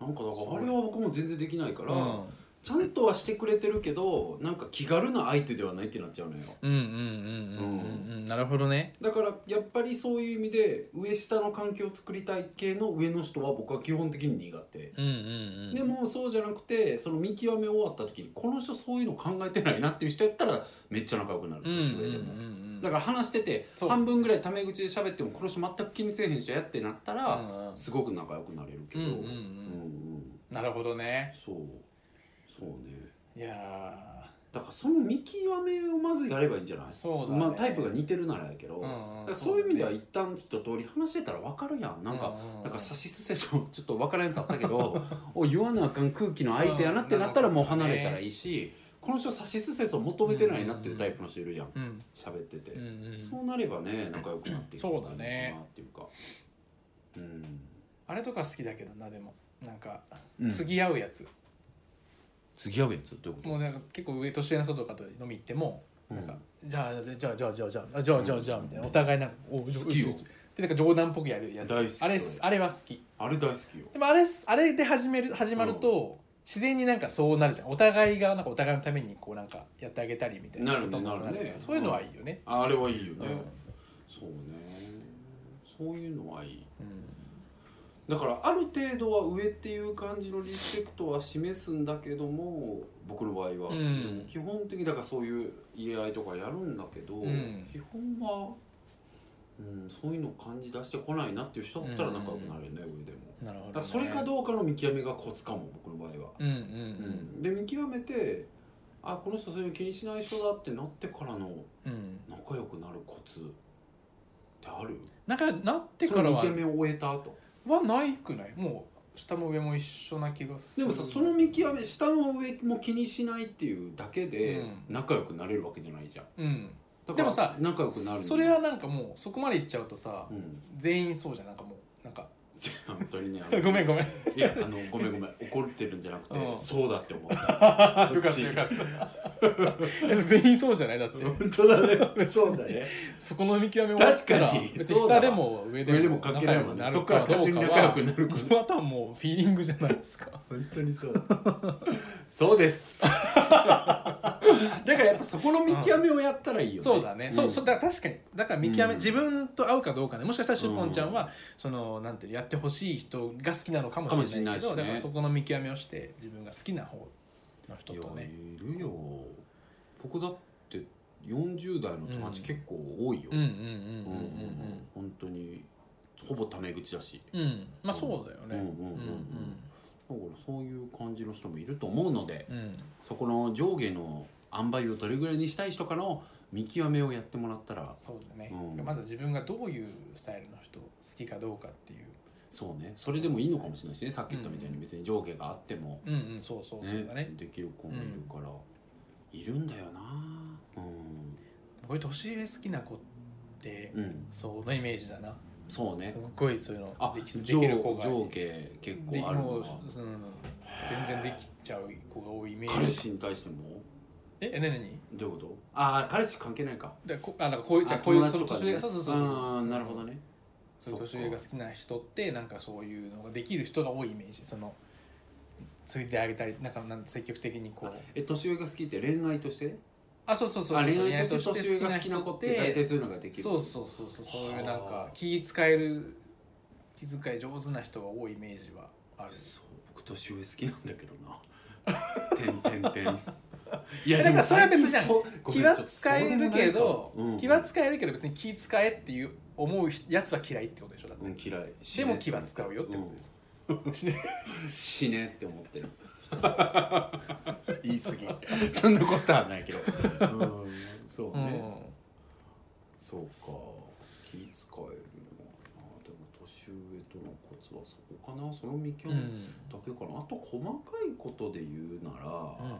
B: なんかだからあれは僕も全然できないから、
C: うん
B: ちゃんとはしてくれてるけどなんか気軽な相手ではないってなっちゃうのよ
C: うんうんうんうんうんうんなるほどね
B: だからやっぱりそういう意味で上下の関係を作りたい系の上の人は僕は基本的に苦手
C: うんうんうん
B: でもそうじゃなくてその見極め終わった時にこの人そういうの考えてないなっていう人やったらめっちゃ仲良くなる
C: うんうん
B: 年上
C: うん
B: で
C: う
B: も
C: ん
B: だから話してて
C: そう
B: 半分ぐらいタメ口で喋ってもこの人全く気にせえへん人やってなったら
C: うんうん
B: すごく仲良くなれるけど
C: う
B: うんん
C: うんうん
B: うん
C: なるほどね
B: そうそうね
C: いや
B: だからその見極めをまずやればいいんじゃない
C: ーそうだね
B: まあタイプが似てるならやけど、
C: うん
B: だ
C: ん
B: からそういう意味では一旦一通り話してたら分かるやんなんか、なんか
C: さ
B: 指しすせちょちょっと分からんやつあったけ どお言わなあかん空気の相手やなってなったらもう離れたらいいし、この人指しすせそを求めてないなっていうタイプの人いるじゃん
C: うん
B: 喋ってて、
C: うんうん
B: そうなればね仲良くなっていく
C: そうだね
B: のかなっていうかうん、
C: あれとか好きだけどなでもなんか
B: うん、
C: 継ぎ合うやつ
B: 次会うやつどういうこと
C: もうなんか結構上年上の人とかと飲み行っても
B: うん
C: なんかじゃあじゃあじゃあじゃあじゃあじゃあじゃあじゃあみたいなお互いなんかお好
B: 好きよ
C: でなんか冗談っぽくやるやつ
B: 大好き
C: あれ
B: それ
C: あれは好き
B: あれ大好きよ
C: でもあれあれで始める始まると、自然になんかそうなるじゃんお互いがなんかお互いのためにこうなんかやってあげたりみたいな
B: なるね
C: ことも
B: なるね
C: からそういうのはいいよね、
B: あれはいいよ
C: うん
B: ね、そうねそういうのはいいだからある程度は上っていう感じのリスペクトは示すんだけども僕の場合は、
C: うん
B: 基本的だからそういう言い合いとかやるんだけど、
C: ん
B: 基本は、うん、そういうのを感じ出してこないなっていう人だったら仲良くなるよね、上でも。
C: なるほど、
B: だからそれかどうかの見極めがコツかも僕の場合は。
C: うんうん
B: うんで見極めてあこの人そういうの気にしない人だってなってからの
C: うん、うん、
B: 仲良くなるコツってある
C: なんかなってからは
B: その見極めを終えた後
C: はないくないもう下も上も一緒な気がす
B: で
C: る
B: もさその見極め下も上も気にしないっていうだけで
C: うん
B: 仲良くなれるわけじゃないじゃん
C: うん
B: だから
C: でもさ
B: 仲良くなる
C: それはなんかもうそこまでいっちゃうとさ、
B: うん
C: 全員そうじゃんなんかもうなんか
B: 本当にね
C: ごめんごめんよ
B: いやあのごめんごめん怒ってるんじゃなくて、
C: うん
B: そうだって思った
C: かった
B: そ
C: よ
B: っ
C: か
B: ち
C: った 全員そうじゃないだって
B: 本当だね そうだね
C: そこの見極め終わったら
B: 確かに
C: 別に
B: そうだ
C: 下
B: わ
C: でも上でも
B: 上でも関係ないもんね
C: 仲
B: そ
C: 良
B: っ
C: く
B: から単純に仲良く
C: な
B: な
C: る
B: る
C: か
B: こ
C: どう
B: と
C: かはあとはもうフィーリングじゃないですか
B: 本当にそう。そう です。だからやっぱそこの見極めをやったらいいよ、ね。
C: そうだね、そうそううだから確かにだから見極め、
B: うん
C: 自分と合うかどうかねもしかしたらしゅんぽんちゃんは、
B: う
C: そのなんていうのやってほしい人が好きなのかもしれないけど
B: かもしれないしね
C: だからそこの見極めをして自分が好きな方の人と
B: ん
C: ね
B: いやいるよ。僕だって40代の友達
C: うん
B: 結構多いよ。
C: うんうん
B: う
C: うんう
B: ん
C: ん
B: うん
C: うん
B: 本当にほぼタメ口だし。
C: うんうんまあそうだよね
B: うんうんうんだからそういう感じの人もいると思うので、
C: うんうん
B: そこの上下の塩梅をどれぐらいにしたい人かの見極めをやってもらったら、
C: そうだね、
B: うん
C: まず自分がどういうスタイルの人好きかどうかっていう
B: そうね。それでもいいのかもしれないしね。さっき言ったみたいに別に上下があっても。
C: うんうんそうそうそうだね
B: できる子もいるから、いるんだよなう
C: こういう年上好きな子って
B: ん、うん、
C: そのイメージだな
B: そうね
C: すっごいそういうの
B: あ
C: できで
B: 上
C: きる子が
B: 上下結
C: で
B: 構あるの
C: もううん全然できちゃう子が多いイメージ
B: 彼氏に対しても
C: ええ何何
B: どういうことああ彼氏関係ないか
C: だこあなんかこういうじゃあ
B: あ
C: こういう
B: 友
C: そ
B: 達
C: の
B: とか
C: 年
B: ね
C: 上がそうそうそうそう
B: あーなるほどね
C: そういう年上が好きな人ってなんかそういうのができる人が多いイメージそのついてあげたりなんかなん積極的にこう
B: え年上が好きって恋愛として
C: あそうそうそう
B: あ
C: そう
B: 恋愛として年上が好きな子って大体そういうのができる
C: そうそうそうそうそういうなん
B: は
C: か
B: あ
C: 気使える気遣い上手な人が多いイメージはある
B: そう僕年上好きなんだけどな てんてんて んい
C: えなんかそれは別に
B: 最近そうごめ
C: 気
B: ん
C: は
B: ちょっと
C: 使えるけ
B: そう
C: ど、
B: でもないかもうん
C: 気は使えるけど別に気使えっていう思うやつは嫌いってことでしょだって、
B: うん嫌い
C: でも気は使うよって
B: う
C: こ
B: ん
C: とでしょ、
B: 死ねって思ってる言い過ぎそんなことはないけどうんそう
C: う
B: ね、
C: ん
B: そうか気遣えるのはなでも年上とのコツはそこかなその見
C: う
B: 極めだ
C: ん
B: けかな、あと細かいことで言うなら、
C: うん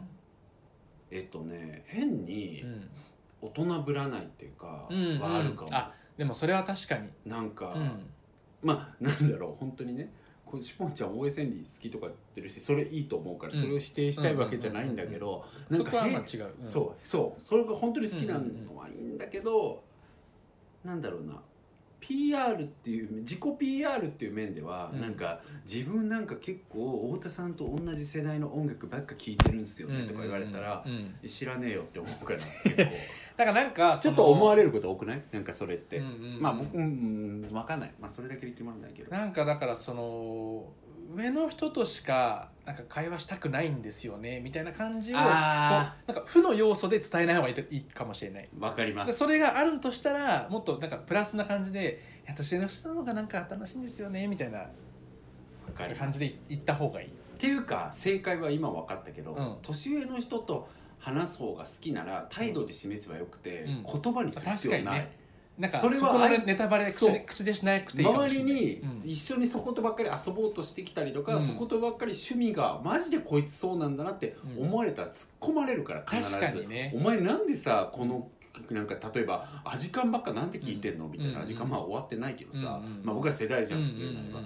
B: えっとね変に大人ぶらないっていうか
C: うん
B: はあるかも、
C: あでもそれは確かに、
B: なんか、
C: うん、
B: まあなんだろう本当にねこうシポンちゃん応援千里好きとか言ってるしそれいいと思うからそれを否定したいわけじゃないんだけど、な
C: そ
B: ん
C: こは
B: か
C: まあ
B: 変
C: 違う、うん
B: そうそうそれが本当に好きなのはいいんだけど、なんだろうな PR っていう自己 PR っていう面では、
C: うん
B: なんか自分なんか結構太田さんと同じ世代の音楽ばっか聴いてるんすよねとか言われたら、
C: うんうんうん
B: 知らねえよって思う から結構
C: だからなんか
B: ちょっと思わ
C: れ
B: れること多くないなんかそれって、
C: うんうんうん
B: まあ僕、うん、分かんない、まあ、それだけで決まらないけど
C: なんかだからその上の人としかなんか会話したくないんですよねみたいな感じをこうなん
B: あ
C: か負の要素で伝えない方がいいといいかもしれない
B: 分かりま
C: ですそれがあるとしたらもっとなんかプラスな感じで「いや年上の人の方がなんか楽しいんですよね」みたいな
B: わかります
C: 感じで言った方がいい
B: っていうか正解は今分かったけど、
C: うん
B: 年上の人と話す方が好きなら態度で示せばよくて、
C: うん
B: 言葉にする必要ない、
C: 確なんかそ
B: それは
C: このね
B: あい
C: ネタバレ口
B: そう
C: で口でしなくていいかも
B: 周
C: しれ
B: り
C: ない
B: に
C: うん
B: 一緒にそことばっかり遊ぼうとしてきたりとか、
C: うん
B: そことばっかり趣味がマジでこいつそうなんだなって思われたら突っ込まれるから必ず、
C: 確かにね
B: お前なんでさこのなんか例えば「アジカンばっかなんて聞いてんの?」みたい
C: うん
B: な「アジカンまあ終わってないけどさ、
C: うんうん
B: まあ、僕ら世代じゃん」
C: うん
B: 言うなれば。
C: う
B: だから
C: ん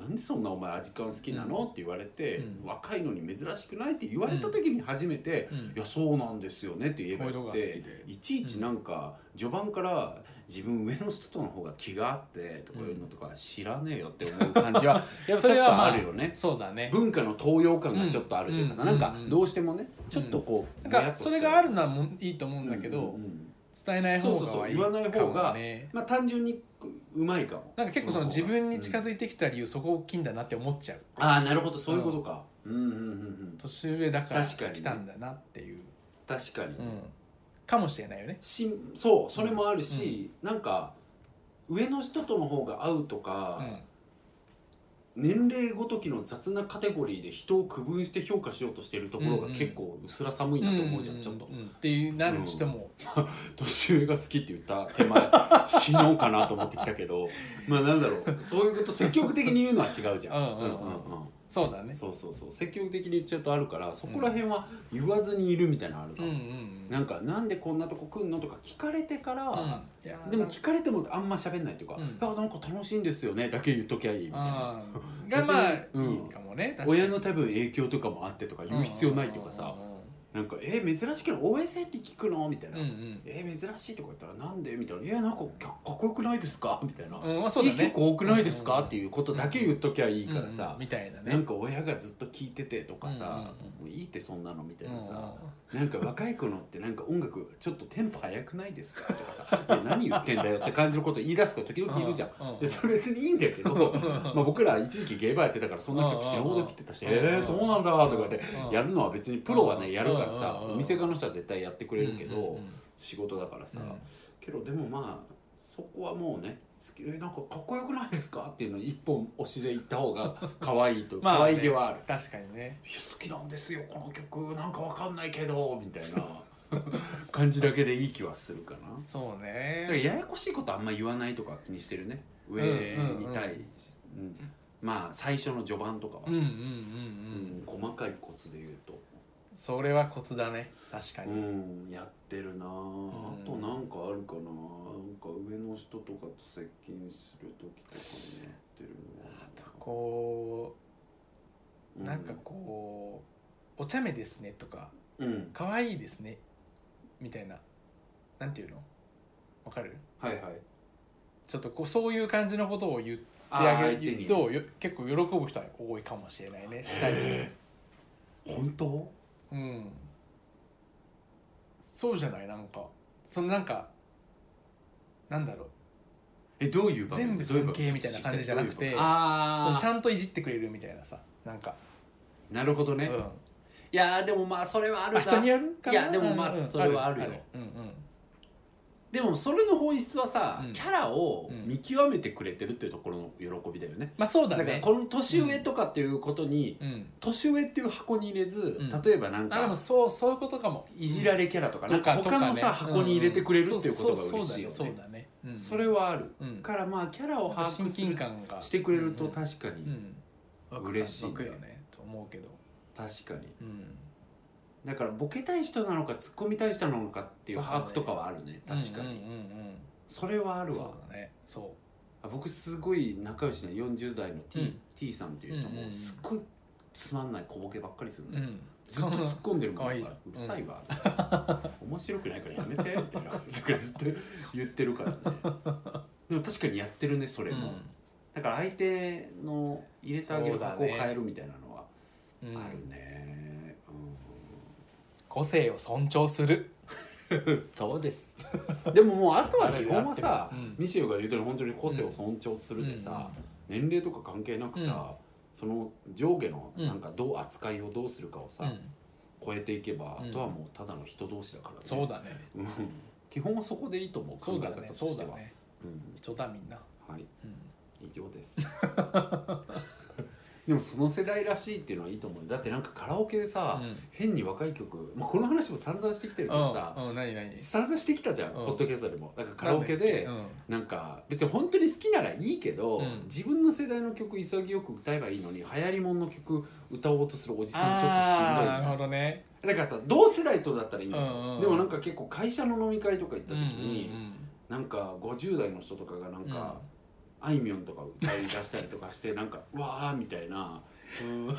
B: なんでそんなお前アジカン好きなの?」って言われて、
C: うん
B: 若いのに珍しくない?」って言われた時に初めて「
C: うんうん
B: いやそうなんですよねって言えばよく
C: こういう
B: て
C: のが好きで
B: いちいちなんか序盤から自分上の人との方が気があってとかいうのとか知らねえよって思う感じ はやっぱちょっとあるよね、
C: そうだね
B: 文化の東洋感がちょっとあるというかさ、
C: うん
B: なんかどうしてもねちょっとこう、
C: なんかそれがある
B: ん
C: のはもういいと思うんだけど、伝えない
B: そ
C: 方
B: うそう
C: が
B: そう
C: いい
B: 言わない方が
C: かもね
B: まあ単純にうまいかも
C: なんか結構その自分に近
B: いて、
C: づいてきた理由、そこ大きいんだなって思っちゃう
B: うんああなるほどそういうことか、うんうんうんうん、
C: 年上だから
B: 確かにね
C: 来たんだなっていう
B: 確かに、
C: うん、かもしれないよね
B: しそうそれもあるし、なんか上の人との方が合うとか、年齢ごときの雑なカテゴリーで人を区分して評価しようとしてるところが結構うすら寒いなと思うじゃん、ちょっと
C: ううっていうなる人も、
B: 年上が好きって言った手前死のうかなと思ってきたけど まあなんだろうそういうこと積極的に言うのは違うじゃん。
C: うんうんうんそうだ
B: うん
C: ね
B: そうそうそう積極的に言っちゃうとあるからそこら辺は言わずにいるみたいなのあるか
C: うん
B: ら、
C: うんうん
B: なんかなんでこんなとこ来んのとか聞かれてから、
C: うんいやー
B: でも聞かれてもあんま喋んないというか「
C: うん
B: いやなんか楽しいんですよね」だけ言っときゃいいみたいな
C: あーがまあい
B: 別にうん
C: いかもね、確かに
B: 親の多分影響とかもあってとか言う必要ないというかさ「なんかえ珍しくない OSL って聞くの?」みたい
C: うん
B: な
C: うんうん
B: 「え珍しい」とか言ったら「なんで?」みたいな「えなんかかかっこよくないですか?」みたいな
C: うんうんま
B: 「
C: あそう
B: い
C: だ
B: い
C: ね
B: 曲多くないです
C: うん
B: か?」
C: うん
B: っていうことだけ言っときゃいいから
C: うんう
B: さ
C: んみたいなね
B: なんか親がずっと聞いててとかさ
C: うんうんうん
B: 「もういいってそんなの」みたいなさ
C: うんうん
B: なんか若い子のってなんか音楽ちょっとテンポ速くないですかとかさいや何言ってんだよって感じのこと言い出す子時々いるじゃん
C: うんうん
B: でそれ別にいいんだけどまあ僕ら一時期ゲーバーやってたからそんな曲死ぬほど切ってたし「
C: うんうんうん
B: えー、そうなんだ」とかって
C: うん
B: やるのは別にプロは
C: う
B: ね
C: ん
B: やるからさ
C: うんうんうん
B: お店側の人は絶対やってくれるけ
C: うんうんう
B: ど
C: ん
B: 仕事だからさ
C: うん
B: けどでもまあそこはもうね好きえなんかかっこよくないですかっていうのを一本押しで言った方が 可愛いと
C: まあね
B: 可愛げはある。
C: 確かにね
B: いや好きなんですよこの曲なんかわかんないけどみたいな 感じだけでいい気はするかな
C: そう
B: だから
C: ね
B: ややこしいことあんま言わないとか気にしてるね上に対し、うんまあ最初の序盤とかは、
C: うんうんう
B: う
C: んう
B: ん
C: ん
B: 細かいコツで言うと、
C: それはコツだね確か
B: う
C: に、
B: ん、やってるなあ、あとなんかあるかななんか上の人とかと接近する時とかにやってるのは
C: あとこうなんかこう「お茶目ですね」とか
B: うん、うん
C: 「可愛いですね」みたいななんていうのわかる
B: はいはい
C: ちょっとこうそういう感じのことを言って
B: あー
C: あげ
B: 相手
C: る
B: に
C: とよ結構喜ぶ人は多いかもしれないねしたり
B: 本当
C: うんそうじゃないなんかそのなんかなんだろう
B: えどういう場面
C: 全部
B: どういう場面
C: 尊敬みたいな感じじゃなくて
B: どういう場面
C: そ
B: あ
C: の
B: ー
C: ちゃんといじってくれるみたいなさなんか、
B: なるほど
C: う
B: ね、
C: ん
B: い、やーでもまあそれはある
C: あ
B: な
C: 人によるかない
B: やでもまあ
C: うんうん
B: それはあるよ
C: うんうん
B: でもそれの本質はさ、
C: うん
B: キャラを
C: うん
B: 見極めてくれてるっていうところの喜びだよね。
C: まあそうだ
B: だから
C: ね
B: この年上とかっていうことに、
C: うん
B: 年上っていう箱に入れず、
C: うん
B: 例えばなん
C: あでも
B: か
C: そうそういうことかも
B: いじられキャラとか,、なんか
C: と
B: 他の
C: と
B: さ、
C: ね
B: 箱に入れてくれるっていうことが
C: んん
B: 嬉しいよね。そ
C: そうそうだねそうだね、うん
B: れはある、
C: うん
B: からまあキャラを把握
C: 親
B: す
C: 近
B: る
C: 感が
B: してくれると
C: うん
B: 確かに、
C: うん
B: 嬉しいね
C: わくよねと思うけど、
B: 確かに
C: うん、
B: だからボケたい人なのかツッコみたい人なのかっていう把握とかはあるね確かに、
C: うんうんうんうん
B: それはあるわ。
C: そうだねそ
B: あ僕すごい仲良しな40代の T,、
C: うん
B: T さんっていう人
C: うんうんう
B: も
C: ん
B: すっごいつまんない小ボケばっかりする
C: う、
B: の、
C: うん、
B: ずっと突っ込んでるもん
C: かわいい
B: だからう
C: じゃ
B: るさ
C: ん
B: いわ、面白くないからやめてみたいな感じでずっと言ってるからねでも確かにやってるねそれも、だから相手の入れてあげる箱を変えるみたいなのは
C: うん
B: あるね
C: 個性を尊重する
B: うんそうですでももうあとは基本はさ、
C: うん
B: ミシェルが言うとり本当に個性を尊重するでさ、年齢とか関係なくさ、その上下のなんかどう扱いをどうするかをさ、
C: うんうん
B: 超えていけば、
C: うん
B: あとはもうただの人同士だからね
C: そうだね
B: うん基本はそこでいいと思う
C: そう
B: 考え
C: だ
B: 方
C: ね
B: と
C: そう
B: して
C: だ
B: は
C: ね
B: うん
C: 人だみんな、
B: はい
C: うん
B: 以上です でもその世代らしいっていうのはいいと思うだってなんかカラオケでさ、
C: うん
B: 変に若い曲、まあ、この話も散々してきてるけどさ、
C: うんうん、何何
B: 散々してきたじゃん、
C: うん
B: ポッドキャストでもだからカラオケで
C: うん
B: なんか別に本当に好きならいいけど、
C: うん
B: 自分の世代の曲潔く歌えばいいのに流行りもんの曲歌おうとするおじさんちょっとしんどい
C: あー
B: みた
C: ないる
B: な
C: ほどね
B: だからさ同世代とだったらいいんだよ、
C: うんうんうん
B: でもなんか結構会社の飲み会とか行った時に、
C: うんうん
B: なんか50代の人とかがなんか、あいみょんとか歌い出したりとかして なんか「うわー」みたいな、
C: うん好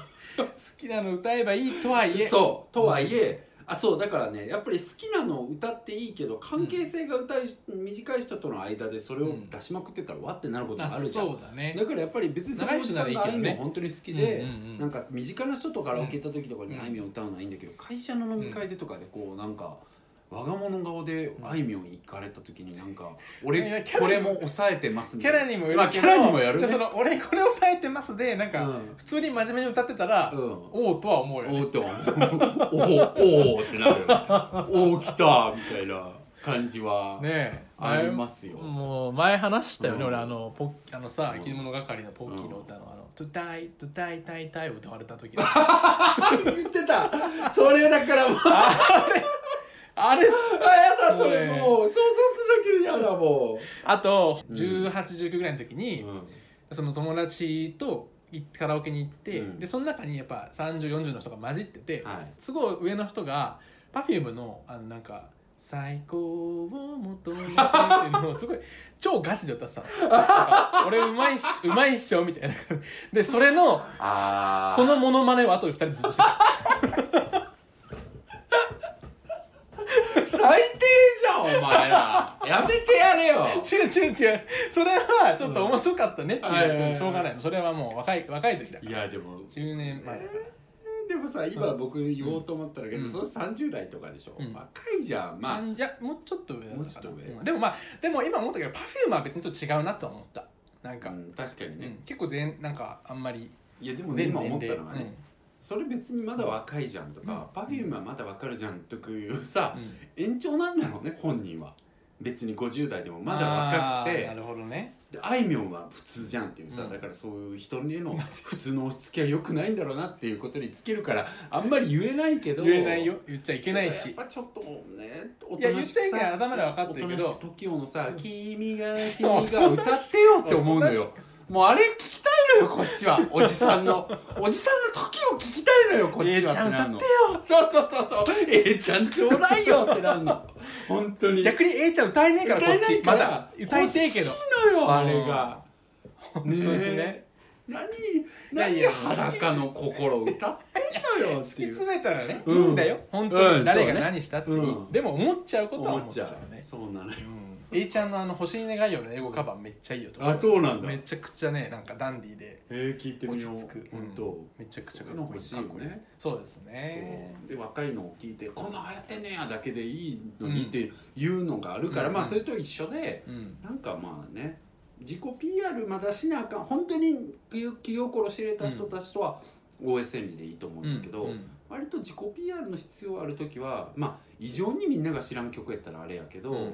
C: きなの歌えばいいとはいえ
B: そうとはいえ、あそうだからねやっぱり好きなのを歌っていいけど関係性が歌いし、短い人との間でそれを出しまくってたらわってなることもあるじゃん、
C: そうだね
B: だからやっぱり別にそのおじさんがあいみょん本当に好きで、
C: うんうんうん
B: なんか身近な人とカラオケ行った時とか
C: う
B: に
C: ん
B: あいみょん歌うのはいいんだけど会社の飲み会でとかでこうなんか我が物顔であいみょん行かれた時になんか俺
C: いやキャラ
B: これも抑えてますみ
C: キ
B: たい
C: ャ
B: な
C: ラにもよ
B: まあ
C: る
B: キ
C: け
B: ャ
C: ど、
B: ラにもやるね
C: でその俺これ抑えてますでなんか、
B: うん
C: 普通に真面目に歌ってたら、
B: うん
C: おうとは思うよ
B: お
C: ね
B: おって思うおおおーってなるよねおお来たみたいな感じは
C: ねえ
B: ありますよ、
C: もう前話したよね、
B: うん
C: 俺あのポッあのさ
B: うん
C: 生き物係のポッキーの歌の「あのトゥタイトゥタイタイタイ」を歌われ た時
B: 言ってたそれだからもう
C: あれ
B: あやだそれもう想像するだけでやだも
C: あと
B: うん
C: 1819ぐらいの時
B: う、
C: に、その友達といカラオケに行って、
B: うん
C: でその中にやっぱ3040の人が混じってて、
B: はい
C: すごい上の人が Perfume のあのなんか「最高を求めて」っていうのをすご い超ガチで歌ってたのなんか俺うまいっしう まいっしょみたいなでそれの
B: あ
C: そのモノマネを後で2人でずっとしてた
B: 最低じゃんお前らやめてやれよ
C: 違う違う違うそれはちょっと面白かったねって
B: はいはいはい
C: いうしょうがないのそれはもう若い若い時だから
B: いやでも
C: 10年前だから
B: でもさ今僕言おうと思ったんだけど、
C: うん
B: その30代とかでしょ、
C: うん
B: 若いじゃんまあ
C: 三いやもうちょっと上だったかな
B: もうちょっと上
C: うんでもまあでも今思ったけど Perfume は別にちょっと違うなとは思ったなんか、
B: うん確かにね、
C: うん結構全なんかあんまり
B: いやでもね
C: 全
B: 今思っ
C: 年
B: た
C: 齢
B: のはね、それ別にまだ若いじゃんとか、
C: うん
B: Perfume はまだわかるじゃんとかいうさ
C: うん、うん
B: 延長なんだろうね本人は別に50代でもまだ若く
C: あーな
B: て
C: るほどね
B: であいみょんは普通じゃんっていうさ、
C: うん
B: だからそういう人への普通の押し付けは良くないんだろうなっていうことにつけるからあんまり言えないけど
C: 言えないよ言っちゃいけないし
B: やっぱちょっとねお
C: いや言っちゃいけない頭では分かってるけど
B: TOKIO のさ「
C: ん
B: 君 が君が歌ってよ」って思うのよもうあれ聞きたいのよこっちはおじさん のおじさんの TOKIO 聞きたいのよこっちは
C: ええちゃん歌ってよ
B: そうそうそうそうええちゃんちょうだいよってなんの本当に
C: 逆に A ちゃん歌えねえからこ
B: 歌え
C: っ
B: ない
C: ち
B: か
C: ま
B: ら
C: だ歌いてえけど
B: 欲しいのよあれが
C: 本当にね
B: 何
C: やい
B: 何
C: や
B: 裸の心歌ってんのよ
C: 突
B: って
C: き
B: いう
C: 詰めたらね、
B: うん
C: いいんだよ本当に、
B: うん
C: 誰が
B: そうね
C: 何したっていい、
B: うん
C: でも思っちゃうことは
B: 思
C: 思
B: っ
C: っ
B: ち
C: ちゃ
B: ゃ
C: う
B: う
C: ね
B: そうなのよ
C: うん A ちゃんのあの星に願いよの英語カバンめっちゃいいよとか
B: あそうなんだ
C: めちゃくちゃねなんかダンディーで
B: えー、聞いて
C: 落
B: み
C: ち
B: よう
C: 着く、うん
B: 本当
C: めちゃくちゃ
B: そう
C: か
B: い
C: っ
B: う
C: こ
B: の
C: いい
B: 欲しい
C: か
B: よ
C: っこいいです
B: ね
C: そうですね
B: そうで若いのを聞いて「こんなん流行ってんねや」だけでいいの
C: う
B: に
C: ん
B: っていうのがあるから、
C: うん
B: まあそれと一緒で
C: うん
B: なんかまあね自己 PR まだしなあかん本当に気を殺し入れた人たちとは OS 千里でいいと思うんだけど、
C: うんうん
B: 割と自己 PR の必要ある時はまあ異常にみんなが知らん曲やったらあれやけど、
C: うん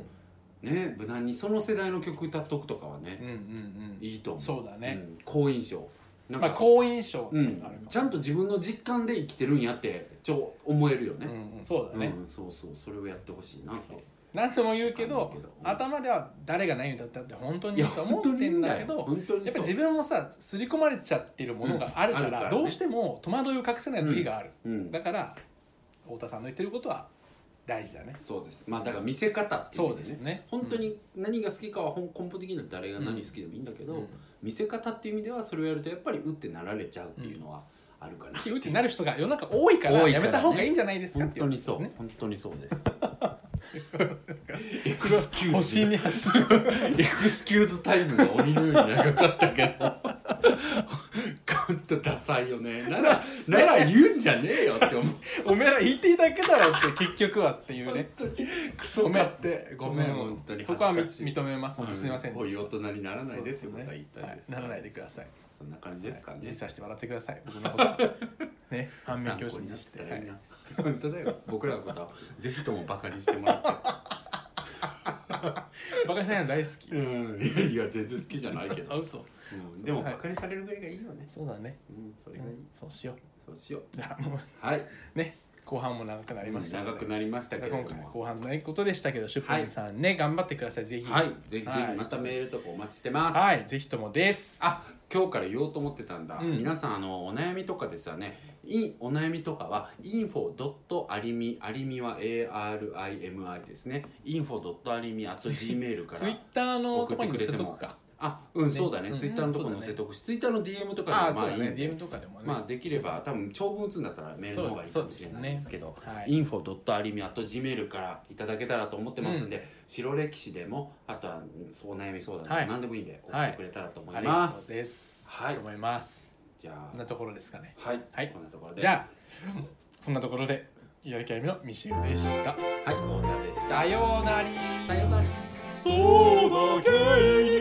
B: ね無難にその世代の曲歌っとくとかは
C: うん
B: ね、
C: うん
B: いいと
C: うん
B: 思う
C: そうだね、
B: うん好印象なん
C: ま
B: か、
C: あ好印象は
B: う
C: ね
B: ん
C: あるかも
B: ちゃんと自分の実感で生きてるんやってちょ思えるよね、
C: うんうんそうだね、
B: うん、そうそうそれをやってほしいなと
C: 何度も言うけど
B: わかんないけど
C: 頭では誰が何歌ったって本当
B: い
C: にい
B: や
C: いと
B: 本
C: 思
B: 当
C: っ
B: にい
C: て
B: いん
C: ん
B: だ
C: だけ
B: よ
C: ど
B: 本当に
C: やっぱ
B: そう
C: 自分もさ刷り込まれちゃってるものがあるから,、
B: うんあるからね
C: どうしても戸惑いを隠せない時がある、
B: うん
C: だから太田さんの言ってることは大事だね
B: そうですまあだから見せ方っていう意
C: そう
B: 味
C: ですね
B: 本当に何が好きかはほん根本的には誰が何好きでもいいんだけ
C: う
B: ど、
C: ん
B: 見せ方っていう意味ではそれをやるとやっぱりうってなられちゃうっていうのはあるかな、
C: キウってなる人が世の中多いから
B: 多いからね
C: やめた方がいいんじゃないですかっ
B: 本
C: てい
B: 当
C: うこと
B: に
C: です
B: そう、本当にそ
C: ね
B: うですエクスキュー
C: 保
B: ズ
C: 身に走る
B: エクスキューズタイムが鬼のように長かったけど本当ダサいよねならなら言うんじゃねえよって思う
C: おめえら言っていただけだろって結局はっていうね
B: クソ買ってごめん
C: うん
B: 本当に
C: そこはみ
B: 恥ずかしい
C: 認めます本当すみません
B: うこういう大人にならないですよ
C: そう
B: ま
C: ね
B: た言いたいです
C: はいならないでください
B: そんな感じですかね
C: はい見させて笑ってください僕のことは ね反面教師にして
B: 参考になったらいいな本当だよ僕らのことはぜひともバカにしてもらって
C: はいバカにされるの大好き、
B: うんいやいや全然好きじゃないけ
C: あ
B: ど、
C: 嘘
B: うん、でもバカにされるぐらいがいいよね、
C: そうだね、
B: うん、それ
C: う
B: がいい、
C: んそうしよう
B: そうしよう
C: じゃあも
B: はい、
C: うね後半も長くなりましたの
B: 長
C: で
B: くなりましたけれど
C: 今回
B: も
C: 後半ないことでしたけどシュプリンさんね、頑張ってくださいぜひ
B: はい、ぜひぜひ
C: はい
B: またメールとかお待ちしてます。
C: はいぜひともです
B: あ、今日から言おうと思ってたんだ。
C: うん
B: 皆さんあのお悩みとかですよね。いお悩みとかは info. ありみありみは a r i m i ですね。info. ありみ at gmail か
C: ツイッ
B: ら。
C: ターのとこにもしてとくか
B: あ、うん、
C: ね
B: そうだね。
C: うん
B: ツイッターのとこ載せておくし、ツイッターの DM と
C: あ
B: か
C: あ
B: で
C: そ
B: もまあ
C: うだ
B: いい
C: ね
B: んで
C: DM とかでもね、
B: まあできれば多分長文打つんだったらメールの方がいいかもしれないですけど
C: そうですねはい
B: インフォドットアリミアット Gmail からいただけたらと思ってますんで、白歴史でもあとはうんお悩み相談でも
C: はい
B: 何でもいいんで送
C: は
B: っ
C: い
B: てくれたらと思
C: あ
B: い
C: りが
B: ま
C: とう
B: す、
C: です、
B: はい
C: と思います
B: じゃ
C: こん
B: あ
C: なところですかね
B: はい、
C: はい
B: こんなところで
C: じゃあこんなところでやる気ありみのミシェルでした
B: はいオーダーでした
C: さようなり
B: さようなら
C: そうだけに